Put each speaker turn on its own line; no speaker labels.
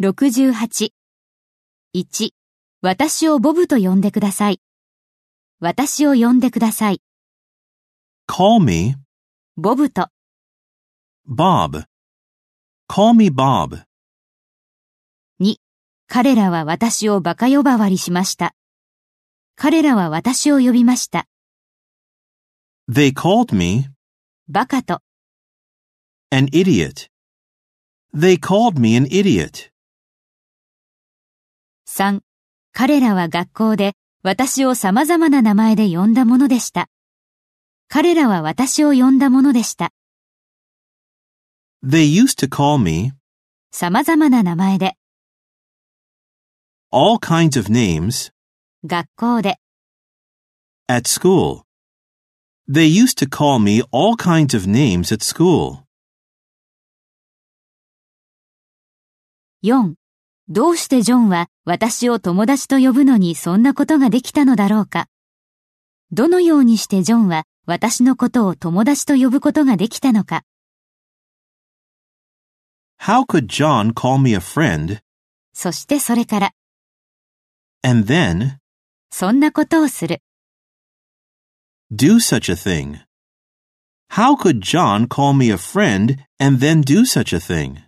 68。1、私をボブと呼んでください。私を呼んでください。
Call me
ボブと。
Bob. Call me Bob.
彼らは私をバカ呼ばわりしました。彼らは私を呼びました。
They called me
バカと。
an idiot. They called me an idiot.
3. 彼らは学校で私を様々な名前で呼んだものでした。彼らは私を呼んだものでした。
They used to call me
様々な名前で、
all kinds of names
学校で、
at school. They used to call me all kinds of names at school.
4. どうしてジョンは私を友達と呼ぶのにそんなことができたのだろうかどのようにしてジョンは私のことを友達と呼ぶことができたのか
How could John call me a friend
そしてそれから、
and then
そんなことをする。
do such a thing? How could John call me a friend and then do such a thing?